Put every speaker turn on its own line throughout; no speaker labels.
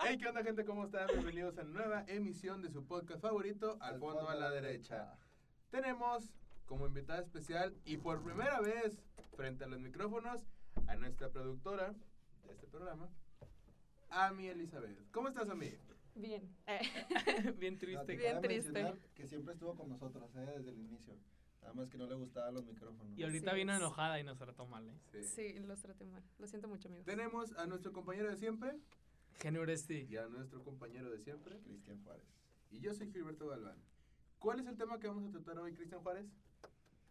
Hey, ¿qué onda, gente? ¿Cómo están? Bienvenidos a una nueva emisión de su podcast favorito, Al, fondo, a la derecha. Tenemos como invitada especial y por primera vez frente a los micrófonos a nuestra productora de este programa, Ami Elizabeth. ¿Cómo estás, Ami?
Bien.
Bien triste.
Bien
Bien
triste.
triste.
Que siempre estuvo con nosotros, ¿eh? Desde el inicio. Nada más que no le gustaban los micrófonos.
Y ahorita
Así
vino
es.
enojada y nos trató mal. ¿eh?
Sí, los traté mal. Lo siento mucho, amigos.
Tenemos a nuestro compañero de siempre
Genuresti.
y a nuestro compañero de siempre.
Cristian Juárez.
Y yo soy Gilberto Galván. ¿Cuál es el tema que vamos a tratar hoy, Cristian Juárez?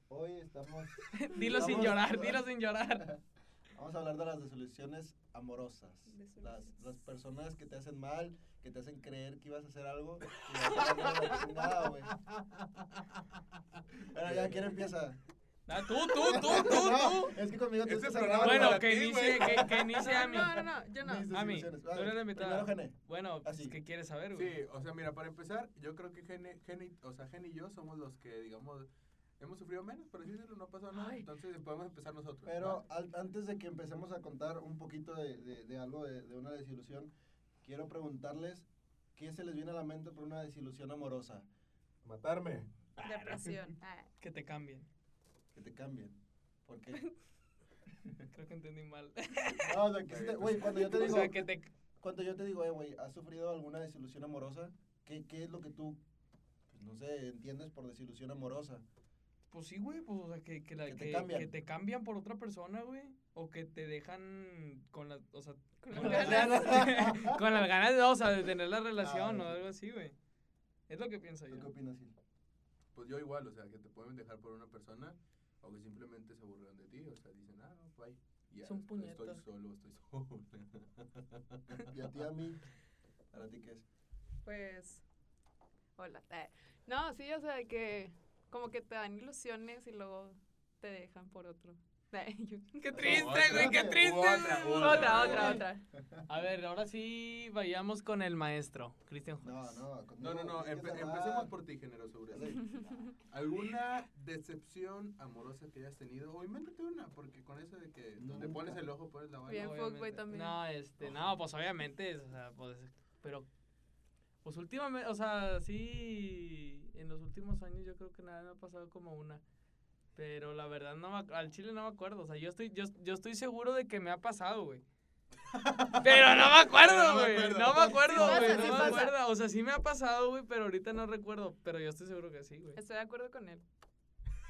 Hoy estamos.
Dilo sin
Vamos a
llorar,
hablar-
dilo sin llorar.
Vamos a hablar de las desoluciones amorosas. Las,
Desoluciones.
las personas que te hacen mal, que te hacen creer que ibas a hacer algo. Y vas a hacer la chingada, güey. Bueno, ya, ¿quién empieza?
No, Ah, tú, tú, tú, tú,
No,
tú.
es que conmigo tú
Este
estás
programa
hablando
Bueno,
para
que
ti,
inicie,
güey.
que, que inicie a
no,
mí.
Ah, no, no, yo no.
Mis
A mí,
desilusiones.
tú eres la invitada.
Primero, Gene.
Bueno, pues,
Así.
¿qué quieres saber, güey?
Sí, o sea, mira, para empezar, yo creo que Jenny, Jenny- o sea, Jenny y yo somos los que, digamos, hemos sufrido menos, por así decirlo, no ha pasado nada,
Ay.
entonces podemos empezar nosotros.
Pero
¿va?
al- antes de que empecemos a contar un poquito de, de- de algo, de, de una desilusión, quiero preguntarles qué se les viene a la mente por una desilusión amorosa.
Matarme.
Depresión. Ah.
Que te cambien.
Que te cambien. Porque,
Creo que entendí mal.
no, o sea, que si te- güey, cuando yo te
O
digo,
sea, que te...
cuando yo te digo, eh, güey, ¿has sufrido alguna desilusión amorosa? ¿Qué, qué es lo que tú, pues, no sé, entiendes por desilusión amorosa?
Pues sí, güey, pues, o sea, que, que, la-
Que te
que-
cambian.
que te cambian por otra persona, güey. O que te dejan con las, o sea, con,
las
las
ganas.
ganas. con las ganas, no, o sea, de tener la relación
Ah,
o
sí.
algo así, güey. Es lo que pienso
¿Tú qué
yo.
opinas, Gil?
Pues yo igual, o sea, que te pueden dejar por una persona o que simplemente se aburrieron de ti, o sea, dicen, ah, no, bye. Ya, Estoy
Son puñetas.
solo, estoy solo.
Y a ti, a mí, para ti, ¿qué es?
Pues. Hola. Eh, No, sí, o sea, que como que te dan ilusiones y luego te dejan por otro. Eh, yo- Qué triste,
Otra,
güey, qué
u
triste.
otra,
güey.
otra,
otra.
otra, otra, otra.
A ver, ahora sí vayamos con el maestro, Cristian Juárez.
No, no, conmigo
No, no, no,
tienes que
empe-
cerrar.
empecemos por ti, generoso. Ures. ¿Alguna decepción amorosa que hayas tenido? O invéntate una, porque con eso de que donde
Nunca.
pones el ojo, pones la
Bien,
bala.
Obviamente.
fuckboy también.
No, este, no, pues obviamente, es, o sea, pues, pero, pues últimamente, o sea, sí, en los últimos años yo creo que nada me ha pasado como una, pero la verdad no me, ac- al chile no me acuerdo, o sea, yo estoy, yo, yo estoy seguro de que me ha pasado, güey. Pero no me
Pero no
acuerdo,
me
güey.
acuerdo.
No me acuerdo,
Sí pasa,
güey. No
sí
me
pasa.
acuerdo. O sea, sí me ha pasado, güey, pero ahorita no recuerdo. Pero yo estoy seguro que sí, güey.
Estoy de acuerdo con él.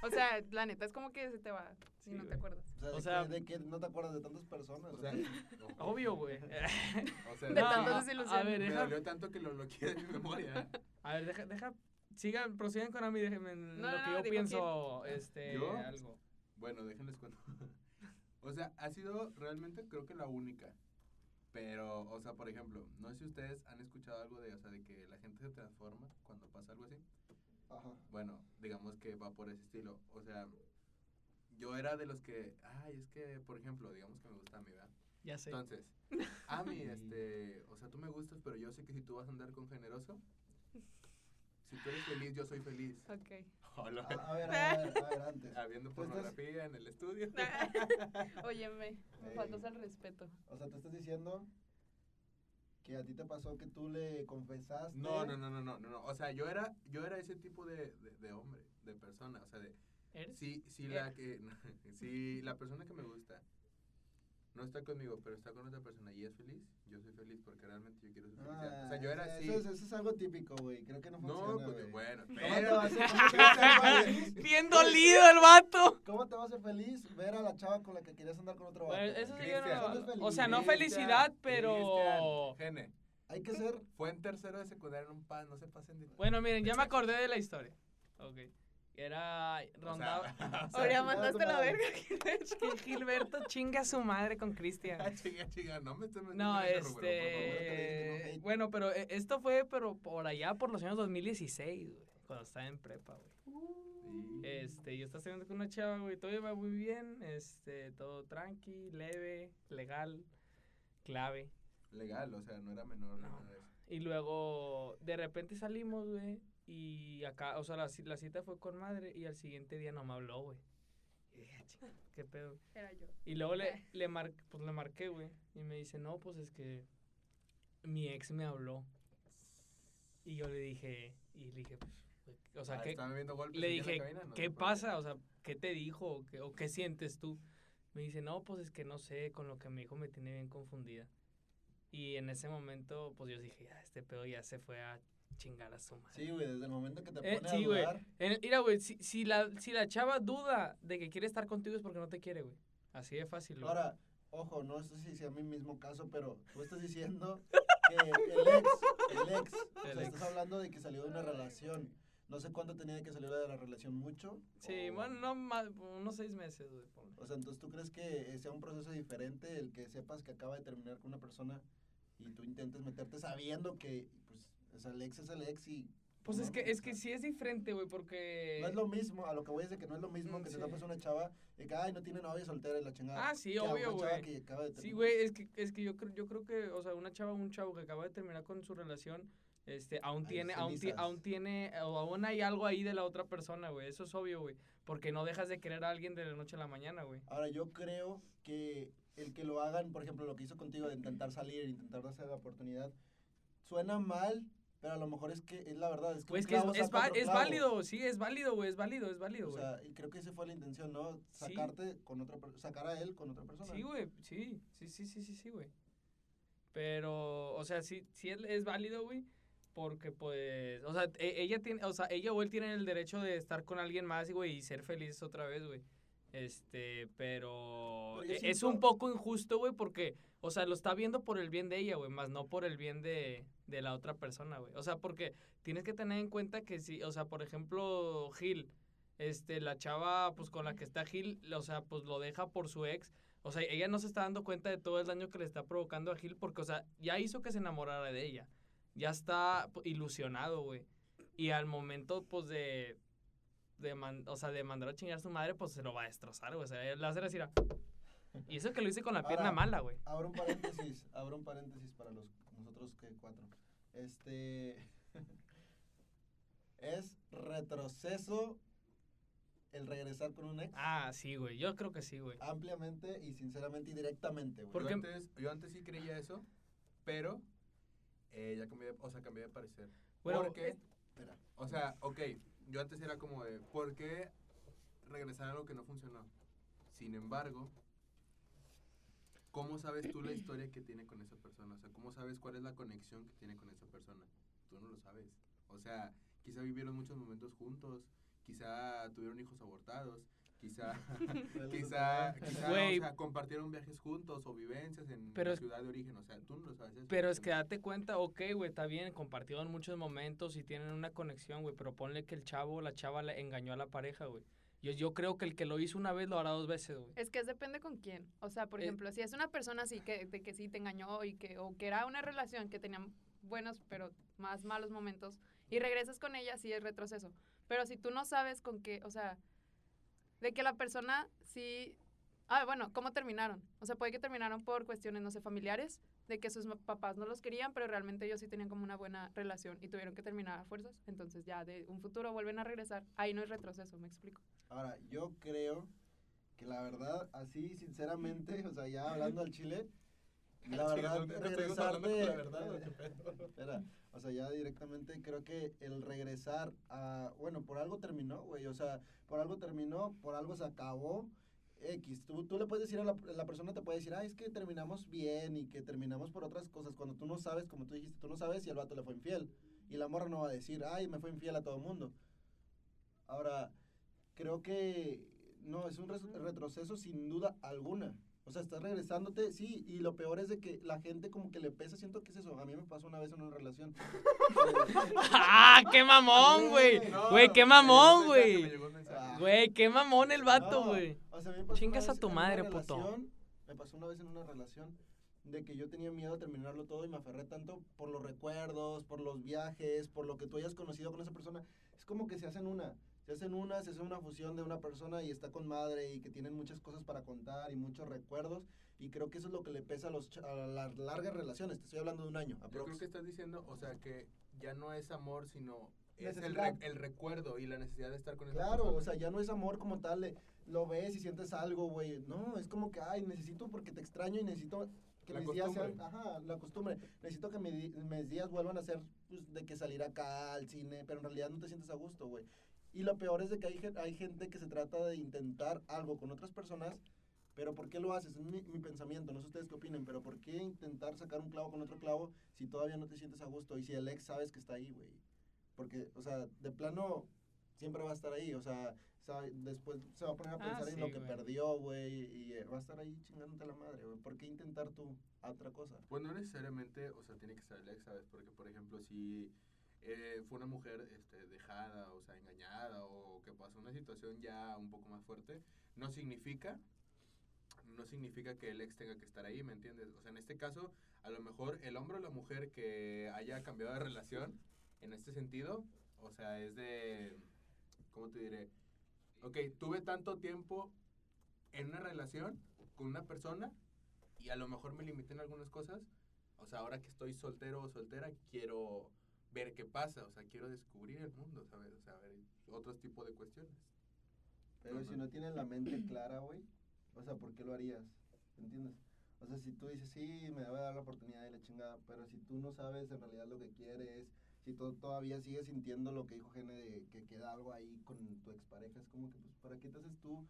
O sea, la neta es como que se te va si
Sí,
no te
güey.
acuerdas.
O
O
sea,
sea-
de, que, de que no te acuerdas de tantas personas.
O sea, ojo,
Obvio, güey.
o sea,
De
no,
tantas
a-
desilusiones.
A ver,
Me
deja-
dolió tanto que lo bloqueé de mi memoria.
A ver, deja, deja, sigan, prosigan con Ami, déjenme en
No,
lo
no,
que
no,
yo
digo,
pienso, este,
¿Yo?
algo.
Bueno, déjenles cuento. O sea, ha sido realmente creo que la única. Pero, o sea, por ejemplo, no sé si ustedes han escuchado algo de, o sea, de que la gente se transforma cuando pasa algo así.
Ajá.
Bueno, digamos que va por ese estilo. O sea, yo era de los que, ay, es que, por ejemplo, digamos que me gusta a mí, ¿verdad?
Ya sé.
Entonces, a mí, este, o sea, tú me gustas, pero yo sé que si tú vas a andar con generoso, si tú eres feliz, yo soy feliz.
Ok.
A,
Hola.
a ver, a ver, a ver, antes.
Habiendo
Tú estás-
pornografía en el estudio.
Óyeme, me
Ey.
faltas al respeto.
O sea, te estás diciendo que a ti te pasó que tú le confesaste.
No, no, no, no, no, no, no. O sea, yo era, yo era ese tipo de, de, de hombre, de persona. O sea, de
¿Eres?
si, si la que si la persona que me gusta no está conmigo, pero está con otra persona y es feliz, yo soy feliz porque realmente yo quiero su felicidad. o sea, yo era
Ah, eso,
así.
Eso es, eso es algo típico, güey. Creo que no funciona.
no, pues
güey.
bueno,
¿Cómo te
pero
vas a- cómo te vas a ser feliz?
Bien dolido el vato.
¿Cómo te vas a ser feliz ver a la chava con la que querías andar con otro vato?
Bueno, eso sí yo
Cristian.
no, o sea, no
Cristian,
felicidad, pero...
Cristian, Gene,
Hay que ser.
fue en tercero de secundaria en un pan, no se pasen de.
Bueno, miren, ya me acordé de la historia. Ok. Era rondaba...
O sea,
Ahora
tu madre,
mandaste
tu
la
madre.
verga. Gilberto.
que Gilberto chinga a su madre con Cristian.
chinga, chinga, no me estés metiendo
No,
en ese rumbo, por favor.
te digo que
este...
no.
Bueno, pero eh, esto fue pero por allá, por los años 2016, güey. Cuando estaba en prepa, güey.
Sí.
Este, yo estaba saliendo con una chava, güey, todo iba muy bien, este, todo tranqui, leve, legal, clave.
Legal, o sea, no era menor.
No.
nada de eso.
Y luego, de repente salimos, güey, y acá, o sea, la, ci- la cita fue con madre y al siguiente día no me habló, güey. Y dije, "Ah, chinga, qué pedo.
Era yo.
Y luego le, le, mar- pues, le marqué, güey, y me dice, no, pues es que mi ex me habló. Y yo le dije, y le dije, pues, o sea,
Ah,
¿qué,
¿Están viendo golpes
le
aquí en la
dije,
cabina? No,
¿qué
no,
pasa? O sea, ¿qué te dijo? ¿O qué, o qué sientes tú? Me dice, no, pues es que no sé, con lo que me dijo me tiene bien confundida. Y en ese momento, pues yo dije, ya, este pedo ya se fue a chingar a su madre.
Sí, güey, desde el momento que te
Eh,
pones a
sí, güey.
dudar.
En- Mira, güey, si, si la, si la chava duda de que quiere estar contigo es porque no te quiere, güey. Así de fácil, güey.
Ahora, ojo, no sé si sea mi mismo caso, pero tú estás diciendo que el ex, el ex, o sea,
El ex.
estás hablando de que salió de una relación. No sé cuánto tenía de que salir de la relación, mucho.
Sí,
O-
bueno, no más, unos seis meses, güey. ponle.
O sea, entonces tú crees que eh, sea un proceso diferente el que sepas que acaba de terminar con una persona y tú intentes meterte sabiendo que, pues, es el ex es el ex y.
Pues
no
es que,
mames,
es que
o sea,
sí es diferente, güey, porque...
No es lo mismo, a lo que voy es de que no es lo mismo
Mm,
que
sí.
te tapes una chava de que, ay, no tiene novia soltera y la chingada.
Ah, sí,
que a una
obvio,
chava
güey.
que acaba de
Sí,
terminar.
güey, es que, es que yo, creo, yo creo que, o sea, una chava o un chavo que acaba de terminar con su relación, este, aún
Hay
tiene, aún, ti-
cenizas.
aún tiene, o aún hay algo ahí de la otra persona, güey, eso es obvio, güey, porque no dejas de querer a alguien de la noche a la mañana, güey.
Ahora, yo creo que el que lo hagan, por ejemplo, lo que hizo contigo de intentar salir, intentar darse la oportunidad, suena mal, pero a lo mejor es que es la verdad. Es que, un
Güey, es Pues que es,
clavo
es
saca
va-
otro
es
clavo.
válido, sí, es válido, güey, es válido, es válido,
O
güey.
sea, y creo que esa fue la intención, ¿no?
Sí.
Sacarte con otra per- sacar a él con otra persona.
Sí, güey, sí, sí, sí, sí, sí, sí, güey. Pero, o sea, sí, sí es, es válido, güey, porque pues, o sea, e- ella tiene, o sea, ella o él tienen el derecho de estar con alguien más, güey, y ser felices otra vez, güey. Este, pero
Pero yo
e- es
siento-
un poco injusto, güey, porque, o sea, lo está viendo por el bien de ella, güey, más no por el bien de, de la otra persona, güey. O sea, porque tienes que tener en cuenta que si, o sea, por ejemplo, Gil, este, la chava, pues con la que está Gil, o sea, pues lo deja por su ex. O sea, ella no se está dando cuenta de todo el daño que le está provocando a Gil porque, o sea, ya hizo que se enamorara de ella. Ya está pu- ilusionado, güey. Y al momento, pues, de, de man- o sea, de mandar a chingar a su madre, pues, se lo va a destrozar, güey. O sea, él va a hacer así, mira. Y eso que lo hice con la pierna
Ahora-
mala, güey.
Abro un paréntesis, abro un paréntesis para los nosotros que cuatro. Este es retroceso el regresar con un ex
Ah, sí, güey. Yo creo que sí, güey.
ampliamente y sinceramente y directamente, güey.
Por-
Yo
Porque- em
antes, yo antes sí creía eso, pero eh, ya cambié, de- o sea, cambié de parecer.
Bueno,
Porque,
es-
Espera.
o sea, ok, yo antes era como de, ¿por qué regresar a algo que no funcionó? Sin embargo, ¿cómo sabes tú la historia que tiene con esa persona? O sea, ¿cómo sabes cuál es la conexión que tiene con esa persona? Tú no lo sabes. O sea, quizá vivieron muchos momentos juntos, quizá tuvieron hijos abortados, quizá... Quizá, quizá
Güey.
o sea, compartieron viajes juntos o vivencias en
Pero
la
es-
ciudad de origen. O sea, tú no lo sabes. eso,
Pero es que
porque
date cuenta, ok, güey, está bien, compartieron muchos momentos y tienen una conexión, güey, pero ponle que el chavo o la chava le engañó a la pareja, güey. Yo, yo creo que el que lo hizo una vez lo hará dos veces, güey.
Es que es depende con quién. O sea, por
Eh.
ejemplo, si es una persona así que, de que sí te engañó y que, o que era una relación que tenía buenos pero más malos momentos y regresas con ella, sí es retroceso. Pero si tú no sabes con qué, o sea, de que la persona sí... Ah, bueno, ¿cómo terminaron? O sea, puede que terminaron por cuestiones, no sé, familiares, de que sus ma- papás no los querían, pero realmente ellos sí tenían como una buena relación y tuvieron que terminar a fuerzas. Entonces ya de un futuro vuelven a regresar. Ahí no es retroceso, me explico.
Ahora, yo creo que la verdad, así sinceramente, o sea, ya hablando al chile, la
Al chile,
verdad,
no- no estuvimos hablando
regresarte, eh,
con la verdad, güey, qué pedo.
espera, o sea, ya directamente creo que el regresar a, bueno, por algo terminó, güey, o sea, por algo terminó, por algo se acabó. X, tú, tú le puedes decir a la, la persona, te puede decir, ah, es que terminamos bien y que terminamos por otras cosas, cuando tú no sabes, como tú dijiste, tú no sabes y el vato le fue infiel. Y la morra no va a decir, ay, me fue infiel a todo mundo. Ahora, creo que no, es un res- retroceso sin duda alguna. O sea, estás regresándote, sí, y lo peor es de que la gente como que le pesa, siento que es eso. A mí me pasó una vez en una relación.
¡Ah, qué mamón, güey!
No,
Güey, qué
me
mamón,
llegó un mensaje, me
güey.
llegó un mensaje.
Güey, qué mamón el vato,
No,
güey.
o sea, a mí me pasó una
Chingas a
vez
tu
en una
madre, puto.
relación, Me pasó una vez en una relación de que yo tenía miedo a terminarlo todo y me aferré tanto por los recuerdos, por los viajes, por lo que tú hayas conocido con esa persona. Es como que se hacen una, se hacen una, se hace una fusión de una persona y está con madre y que tienen muchas cosas para contar y muchos recuerdos. Y creo que eso es lo que le pesa a, los, ch- a las largas relaciones. Te estoy hablando de un año,
Yo
aprox.
creo que estás diciendo, o sea, que ya no es amor, sino es el,
Necesidad.
re- el recuerdo y la necesidad de estar con esa
Claro,
persona.
o sea, ya no es amor como eh, tal, de, lo ves y sientes algo, güey. No, es como que, ay, necesito porque te extraño y necesito que
La
mis días sean,
costumbre.
ajá, la costumbre. Necesito que mi di- mis días vuelvan a ser pues, de que salir acá al cine, pero en realidad no te sientes a gusto, güey. Y lo peor es de que hay, gen- hay gente que se trata de intentar algo con otras personas, pero ¿por qué lo haces? Es mi, mi pensamiento, no sé ustedes qué opinen, pero ¿por qué intentar sacar un clavo con otro clavo si todavía no te sientes a gusto y si el ex sabes que está ahí, güey? Porque, o sea, de plano siempre va a estar ahí, o sea, sabe- después se va a poner a
Ah,
pensar en
sí,
lo que
güey.
perdió, güey, y eh, va a estar ahí chingándote la madre, güey. ¿Por qué intentar tú otra cosa?
Pues no necesariamente, o sea, tiene que ser el ex, ¿sabes? Porque, por ejemplo, si eh, fue una mujer este, dejada, o sea, engañada, o que pasó una situación ya un poco más fuerte, no significa, no significa que el ex tenga que estar ahí, ¿me entiendes? O sea, en este caso, a lo mejor el hombre o la mujer que haya cambiado de relación, en este sentido, o sea, es de, ¿cómo te diré? Ok, tuve tanto tiempo en una relación con una persona y a lo mejor me limité en algunas cosas. O sea, ahora que estoy soltero o soltera, quiero ver qué pasa. O sea, quiero descubrir el mundo, ¿sabes? O sea, ver otros tipos de cuestiones.
Pero si
Ujú.
no tienes la mente clara, güey, o sea, ¿por qué lo harías? ¿Entiendes? O sea, si tú dices, sí, me debe dar la oportunidad de la chingada, pero si tú no sabes en realidad lo que quieres, si tú todavía sigues sintiendo lo que dijo Gene de que queda algo ahí con tu expareja, es como que, pues, ¿para qué te haces tú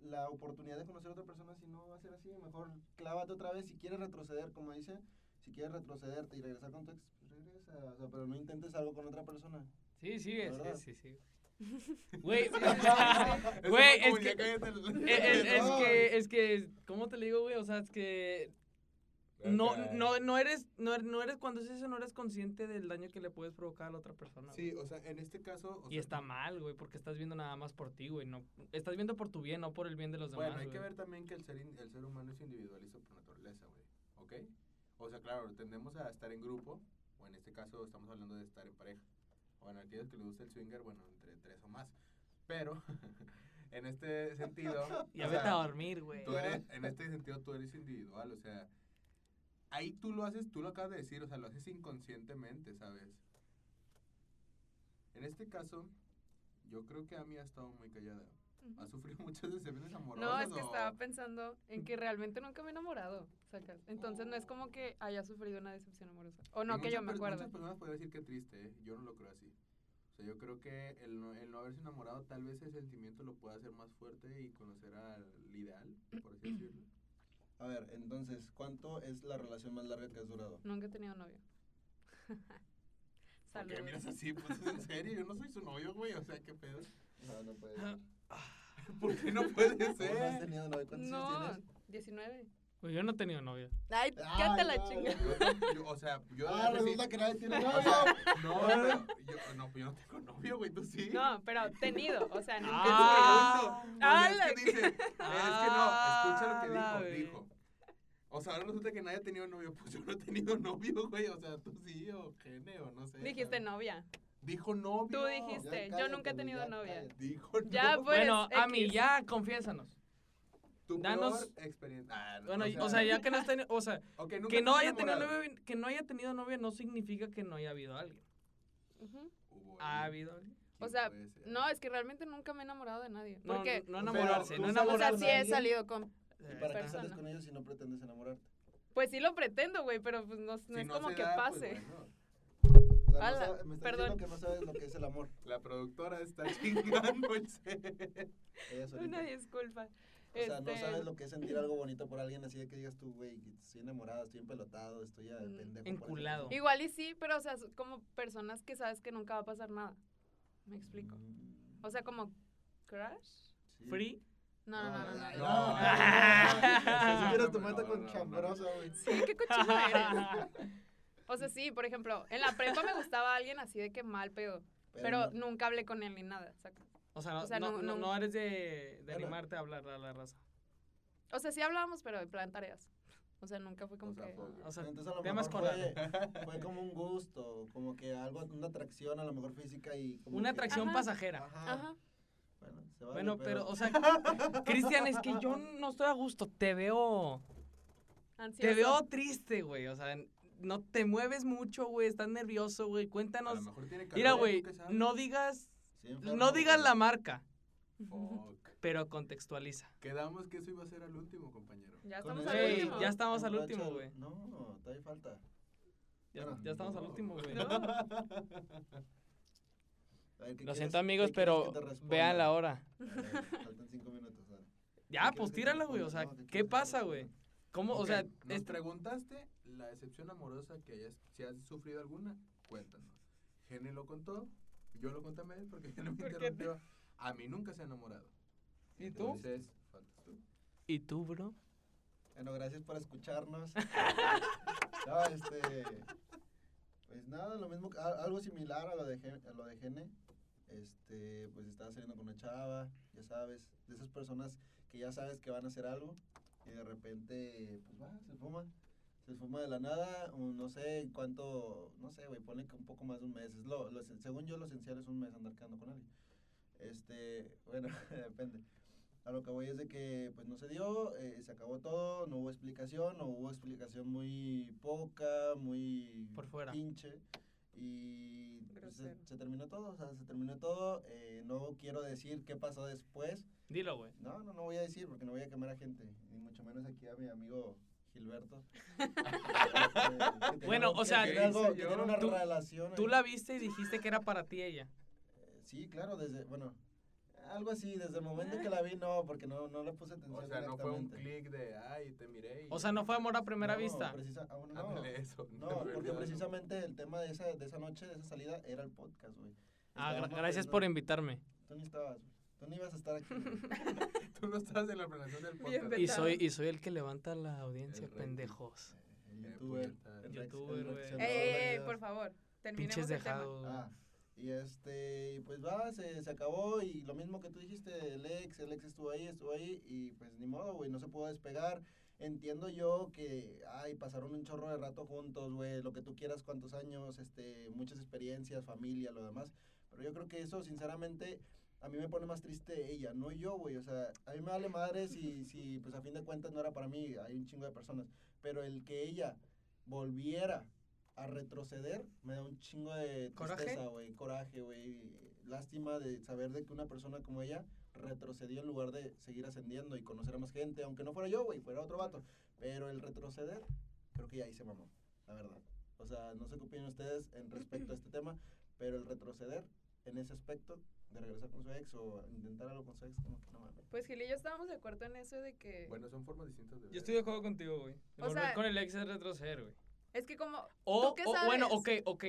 la oportunidad de conocer a otra persona si no va a ser así? Mejor clávate otra vez si quieres retroceder, como dice, si quieres retrocederte y regresar con tu ex, pues regresa, o sea, pero no intentes algo con otra persona.
Sí, sí, es,
¿Verdad?
sí, sí, sí. Güey,
Ese
Güey,
fue como
es
ya
que-
cállate el-
es, es- es
No.
que, es que, ¿cómo te le digo, güey? O sea, es que no,
Acá.
no, no eres, no, er- no eres, cuando haces eso, no eres consciente del daño que le puedes provocar a la otra persona.
Sí,
güey.
o sea, en este caso. o
Y
sea,
está mal, güey, porque estás viendo nada más por ti, güey. No, estás viendo por tu bien, no por el bien de los
Bueno,
demás.
hay que
güey.
ver también que el ser, in- el ser humano es individualista por naturaleza, güey. ¿Ok? O sea, claro, tendemos a estar en grupo, o en este caso estamos hablando de estar en pareja. Bueno, aquellos que les gusta el swinger, bueno, entre tres o más. Pero, en este sentido.
Ya
o
vete
sea,
a dormir, güey.
tú eres, en este sentido, tú eres individual, o sea, ahí tú lo haces, tú lo acabas de decir, o sea, lo haces inconscientemente, ¿sabes? En este caso, yo creo que Ami ha estado muy callada. ¿Ha sufrido muchas decepciones amorosas?
No, es que
o-
estaba pensando en que realmente nunca me he enamorado, sacas. Entonces no es como que haya sufrido una decepción amorosa. O no,
Y
que yo
muchas
me
per-
acuerdo.
Muchas personas podrían decir que triste, ¿eh? yo no lo creo así. O sea, yo creo que el no, el no haberse enamorado, tal vez el sentimiento lo pueda hacer más fuerte y conocer al ideal, por así decirlo.
A ver, entonces, ¿cuánto es la relación más larga que has durado?
Nunca he tenido novio.
¿Por
Saludos.
qué miras así? Pues en serio, yo no soy su novio, güey, o sea, qué pedo.
No, no puede ser.
¿Por qué no puede
¿Cómo no has
ser?
tenido novio? ¿Cuántos años
No,
tienes?
19.
Güey, yo no he tenido novia.
Ay, cállate la
no,
chinga.
Yo- yo- o sea, yo.
Ah,
yo sí-
resulta que nadie tiene
o sea,
novio.
no, pero yo no, pues yo no tengo novio, güey, tú sí.
No, pero tenido, o sea, nunca
Ah.
he tenido.
Ah,
Ah,
es
la-
que dice, es que no, escucha lo que
Ah,
dijo,
la ve.
dijo. O sea, ahora resulta que nadie ha tenido novio. Pues yo no he tenido novio, güey. O sea, tú sí, o gene, o no sé.
Dijiste novia.
Dijo novio.
Tú dijiste.
Ya
yo nunca
cállate,
he tenido
ya
novia.
cállate.
Dijo novio.
Ya, pues,
bueno, a mí,
X.
ya, confiésanos.
Tu
danos-
peor experiencia. Ah, no,
Bueno, y- o sea, ya que no has tenido, o sea,
ok, nunca
que
te
no
has
haya tenido
enamorado.
novia, que no haya tenido novia no significa que no haya habido alguien.
Ujú.
Hubo
¿Ha
alguien.
habido alguien?
Ah, O
Sí,
sea,
puede ser.
No, es que realmente nunca me he enamorado de nadie.
No,
¿Por qué?
no
Pero,
enamorarse,
¿tú
no
sabes
O sea,
enamorarse. Eh,
con
sí he
alguien?
salido con...
¿Y para qué sales
persona.
con ellos si no pretendes enamorarte?
Pues sí lo pretendo, güey, pero pues no, no
Si
es
no
como
se
que
da, pues,
pase.
bueno,
O sea, no
Ala,
sabes- me estás
perdón.
diciendo que no sabes lo que es el amor.
la productora está chingando el set.
Ella solita.
Una disculpa.
pues, O sea, no
Este,
sabes lo que es sentir algo bonito por alguien así de que digas tú, güey, estoy enamorada, estoy empelotado, estoy a
Mm.
pendejo. por esa
Enculado.
persona".
Igual y sí, pero o sea, so- como personas que sabes que nunca va a pasar nada. Me explico.
Mm,
O sea, como crush.
sí.
Free.
No, no, no, no.
ay,
no,
no.
no.
ay, Si quieres
No,
tomate
no,
con
no,
chambrosa, güey.
Sí, qué cochino eres. O sea, sí, por ejemplo, en la prepa me gustaba alguien así de que mal pedo, pero
no-
nunca hablé con él ni nada. saca.
O sea, no,
O sea,
no,
no-
no-
no-
no eres de, de
Bueno.
animarte a hablar a la raza.
O sea, sí hablábamos, pero en plan tareas. O sea, nunca fue como
O sea,
que...
fue-
O sea,
Entonces a lo
temas
mejor
con la-
fue, fue como un gusto, como que algo, una atracción a lo mejor física y como
una
que-
atracción
Ajá.
pasajera.
Ajá.
Ajá.
Bueno, se vale,
Bueno, pero, o sea, Cristian, es que yo no estoy a gusto. Te veo.
ansioso.
Te veo triste, güey. O sea, no te mueves mucho, güey. Estás nervioso, güey.
A lo
Cuéntanos.
mejor tiene calor,
Mira,
¿tú
güey,
qué sabes?
no digas.
Sí, enfermo,
No digas
güey.
la marca.
Fuck.
pero contextualiza.
Quedamos que eso iba a ser al último, compañero.
Ya
Con
estamos
el-
al
Ey,
último.
ya estamos al
Con
último,
Rachel-
güey.
No, todavía falta.
Ya,
Bueno,
ya estamos al
no.
último, güey.
A ver, ¿qué
Lo
quieres-
siento,
qué
amigos,
quieres
pero
que te responda?
vean la hora.
A ver, Faltan cinco minutos. dale.
Ya,
¿Qué quieres
pues
que te
tírala, güey. O
responda? No,
sea,
¿qué
¿qué
quieres que te
pasa,
responda?
güey? ¿Cómo? O
Ok,
sea,
nos
es-
preguntaste la decepción amorosa que hayas, si has sufrido alguna, cuéntanos. Gene lo contó, yo lo conté a Mel porque Gene me
¿Por qué te-
interrumpió. A mí nunca se ha enamorado.
¿Y tú?
Entonces, faltas tú.
¿y tú, bro?
Bueno, gracias por escucharnos. no, este. Pues nada, lo mismo, a- algo similar a lo de, Gen- a lo de Gene. Este, pues estaba saliendo con una chava, ya sabes, de esas personas que ya sabes que van a hacer algo y de repente, pues va, se fuma. Se fuma de la nada, un- no sé cuánto, no sé, güey, pone que un poco más de un mes. Es lo, lo esen- según yo, lo esencial es un mes andar quedando con alguien. Este, bueno, depende. A lo que voy es de que pues no se dio, eh, se acabó todo, no hubo explicación, o hubo explicación muy poca, muy
Por fuera.
pinche. Y pues, se,
Grosero.
se terminó todo, o sea, se terminó todo. eh, no quiero decir qué pasó después.
Dilo, güey.
No, no, no voy a decir porque no voy a quemar a gente, ni mucho menos aquí a mi amigo Gilberto. Este, Que tiene
Bueno,
un-
o
que
sea,
tiene
¿qué
algo-
hice
que
yo?
tiene una
Tú-
relación
Tú
ahí.
la viste y dijiste que era para ti ella.
Eh, Sí, claro, desde, bueno, algo así, desde el momento que la vi, no, porque no, no le puse atención
O sea, no fue un
directamente.
clic de, ay, te miré. y-
O sea, no fue amor a primera
No,
vista.
precisa- ah, bueno, no.
Ándale eso.
No,
de
porque
verdad, no.
precisamente el tema de esa, de esa noche, de esa salida, era el podcast, güey.
Ah, gra-
Estábamos
gracias
teniendo-
por invitarme.
Tú ni estabas, güey. Tú ni ibas a estar aquí. güey.
Tú no estás en la planeación del podcast.
Bien,
Y
Claro.
soy, y soy el que levanta la audiencia,
El rey.
pendejos.
El youtuber.
puñetas.
el
Youtuber,
reacc- el
güey.
Ey,
reaccionador de
ey, ey,
videos.
Eh, por favor. Terminemos
Pinches
el tema.
dejados.
Ah, y este, y pues va, se, se acabó y lo mismo que tú dijiste, el ex, el ex estuvo ahí, estuvo ahí y pues ni modo, güey, no se pudo despegar. Entiendo yo que, ay, pasaron un chorro de rato juntos, güey, lo que tú quieras, cuántos años, este, muchas experiencias, familia, lo demás. Pero yo creo que eso, sinceramente, a mí me pone más triste ella, no yo, güey. O sea, a mí me vale madre si, si, pues a fin de cuentas no era para mí, hay un chingo de personas. Pero el que ella volviera a retroceder me da un chingo de
¿Coraje?
tristeza, güey. Coraje, güey. Lástima de saber de que una persona como ella retrocedió en lugar de seguir ascendiendo y conocer a más gente, aunque no fuera yo, güey, fuera otro vato. Pero el retroceder, creo que ya ahí se mamó, la verdad. O sea, no sé qué opinan ustedes en respecto a este tema, pero el retroceder en ese aspecto de regresar con su ex o intentar algo con su ex, como que no mames.
Pues Gil y yo estábamos de acuerdo en eso de que...
Bueno, son formas distintas de ver.
Yo estoy de acuerdo contigo, güey.
O Volver sea-
con
con
el ex es retroceder, güey.
Es que como...
O,
¿Tú qué
o- bueno, ok,
sabes?
ok.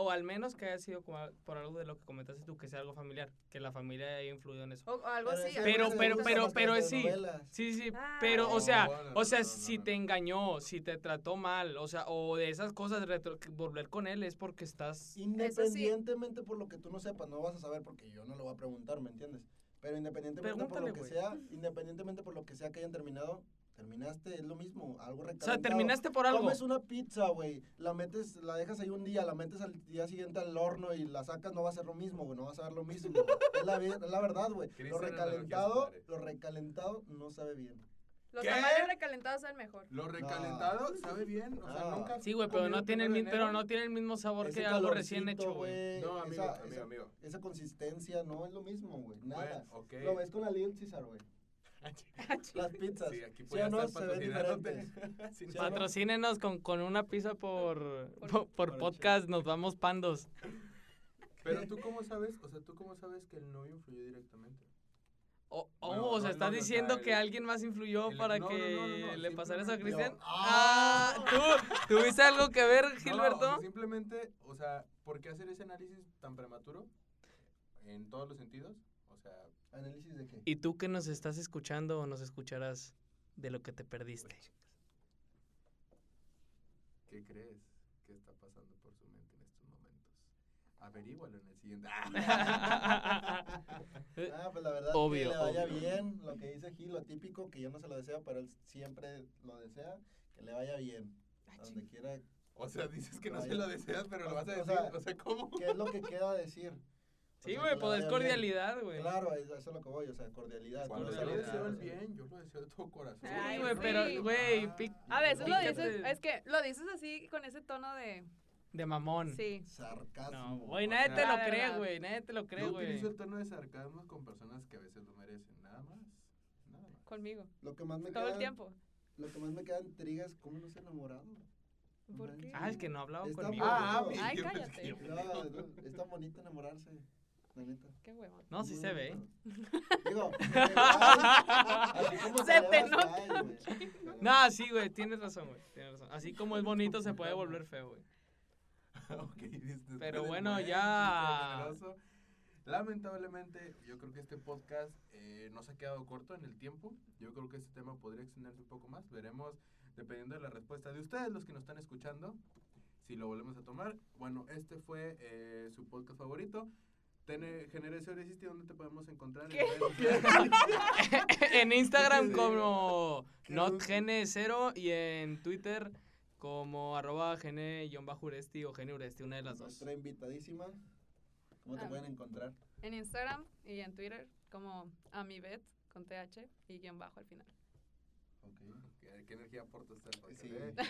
O al menos que haya sido como a- por algo de lo que comentaste tú, que sea algo familiar, que la familia haya influido en eso.
O, o algo así.
ese-
Pero-
algo así.
pero-
ese
pero-
más que
pero
las
es sí.
telenovelas.
Sí, sí,
Ah,
pero, o
No,
sea,
no, no,
o sea,
no,
si
no,
te
no.
engañó, si te trató mal, o sea, o de esas cosas, retro- que volver con él es porque estás...
Independientemente por lo que tú no sepas, no vas a saber porque yo no lo voy a preguntar, ¿me entiendes? Pero independientemente por
Pregúntale,
lo que
güey.
sea, independientemente por lo que sea que hayan terminado, terminaste, es lo mismo, algo
O sea,
recalentado.
terminaste por algo.
Comes una pizza, güey, la metes, la dejas ahí un día, la metes al día siguiente al horno y la sacas, no va a ser lo mismo, güey, no va a saber lo mismo. güey. es, la, vi- es la verdad, güey.
Cristian
Lo
analogías
recalentado,
padres.
lo recalentado no sabe bien.
Los
¿Qué?
tamales recalentados son mejor.
Lo recalentado sabe bien. O sea,
No.
nunca.
Sí, güey, pero
Amigo,
no, tiene el,
primero de
mi- pero
enero.
no tiene el mismo sabor
Ese
que algo recién
calorcito,
hecho, güey.
No, amigo,
esa-
amigo,
esa-
amigo.
Esa consistencia no es lo mismo, güey. Nada.
Bueno, ok.
Lo ves con la Little César, güey. Las pizzas.
Sí, aquí
¿Sí
puede
o no?
estar
Se ven
patrocinándote. Sí,
Sí,
no.
Patro-
Patrocínenos con, con una pizza por,
Por-
por, por
por el
podcast, nos vamos pandos.
Pero tú cómo sabes, o sea, tú cómo sabes que el novio influyó directamente.
O, oh,
Bueno,
o sea,
no,
estás
no, no, o sea,
diciendo que
el-
alguien más influyó
el-
para
no, no, no,
que
no, no,
le pasara eso a
simplemente-
Cristian.
Yo-
Ah, tú tuviste algo que ver,
No, o
Gilberto.
sea, simplemente, o sea, ¿por qué hacer ese análisis tan prematuro? En todos los sentidos. O sea,
¿Análisis de qué?
Y tú que nos estás escuchando o nos escucharás de lo que te perdiste.
¿qué crees que está pasando por su mente en estos momentos? Averígualo en el siguiente. ¡Ah!
Ah, pues la verdad
Obvio,
que le vaya
obvio.
bien lo que dice Gil, lo típico, que yo no se lo deseo, pero él siempre lo desea, que le vaya bien.
Ah,
a Donde
ching.
quiera.
O sea, dices que no
Vaya.
se lo deseas, pero lo vas a
O
decir.
sea,
O sea, ¿cómo?
¿Qué es lo que queda decir? O
sí,
sea,
güey,
que le
pues es
vaya bien.
cordialidad, güey.
Claro, es- eso es lo que voy, o sea, cordialidad.
Cuando
no
yo
Cordialidad,
le
saludas,
deseo el
o sea,
bien, yo lo deseo de todo corazón. Ah,
Ay,
Sí, güey, pero,
sí.
güey, pic-
A veces lo
Fíjate.
dices, es que lo dices así con ese tono de,
de mamón.
Sí.
Sarcasmo.
No, güey, nadie
o
te
sea,
lo
la
cree,
verdad.
güey, nadie te lo cree,
Yo
güey.
utilizo el tono de sarcasmo con personas que a veces lo merecen, nada más. Nada más.
Conmigo.
Lo que más me
Todo
queda,
el tiempo.
Lo que más me queda intriga es cómo no se ha enamorado.
¿Por
manches.
qué?
Ah, es que no hablaba
Está
conmigo.
mal.
Ah,
no.
mi-
Ay,
yo pensé
cállate.
que yo-
No, no, es tan bonito enamorarse, la neta.
Qué hueva.
No, sí
Muy
se ve.
bonito. Digo, así como
Se
le
te
vas,
nota.
ay, güey. Pero-
No, sí, güey, tienes razón, güey. Tienes razón. Así como es bonito, se puede volver feo, güey.
Ok, después
Pero
del
bueno,
buen
ya.
chiste generoso, Lamentablemente, yo creo que este podcast eh, nos ha quedado corto en el tiempo. Yo creo que este tema podría extenderse un poco más. Veremos, dependiendo de la respuesta de ustedes, los que nos están escuchando, si lo volvemos a tomar. Bueno, este fue eh, su podcast favorito. Tene, Generación Existe, ¿dónde te podemos encontrar? En
¿Qué?
redes sociales.
en Instagram
Sí.
como
Qué
notgene0 y en Twitter como arroba gene-uresti o geneuresti, una de las dos.
Nuestra invitadísima. ¿Cómo te
Ah.
pueden encontrar?
En Instagram y en Twitter como amibet con TH y guión bajo al final.
¿Qué, qué energía aporta este podcast,
Sí,
eh?
eh,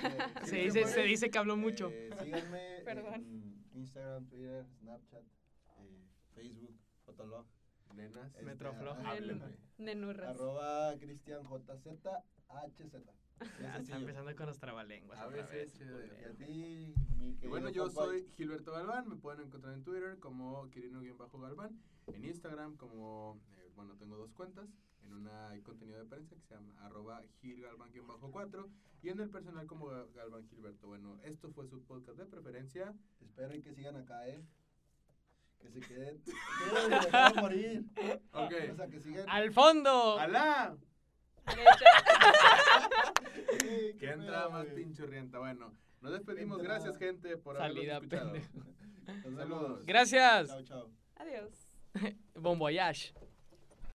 Se
Sí,
dice,
sí,
se
sí.
dice que habló mucho.
Eh, síganme
Perdón.
en Instagram, Twitter, Snapchat, eh, Facebook, Fotolog.
Nenas,
este,
Metroflog.
ajá,
háblenme.
Nenurras.
Arroba Cristian JZHZ.
Ya
Ese
está
sí,
empezando con los trabalenguas.
A
otra
veces,
vez,
chido,
culero.
Y a ti, mi
Y
querido
bueno, yo
compa,
soy Gilberto Galván, me pueden encontrar en Twitter como Kirino-Galván, en Instagram como, eh, bueno, tengo dos cuentas, en una hay contenido de prensa que se llama arroba gilgalván-4 y en el personal como Ga- Galván Gilberto. Bueno, esto fue su podcast de preferencia.
Espero y que sigan acá, ¿eh? Que se queden. ¡No, me van a morir!
Ok.
Ah, O sea, que sigan.
Al fondo.
¡Alá!
Derecha.
Sí,
Que
qué
entra
pedo,
más
güey.
pinchurrienta. Bueno, nos despedimos.
Entra.
Gracias, gente, por habernos
Salida,
escuchado.
pendejo.
Nos vemos.
Saludos.
Gracias.
Chao, chao.
Adiós.
Bon voyage.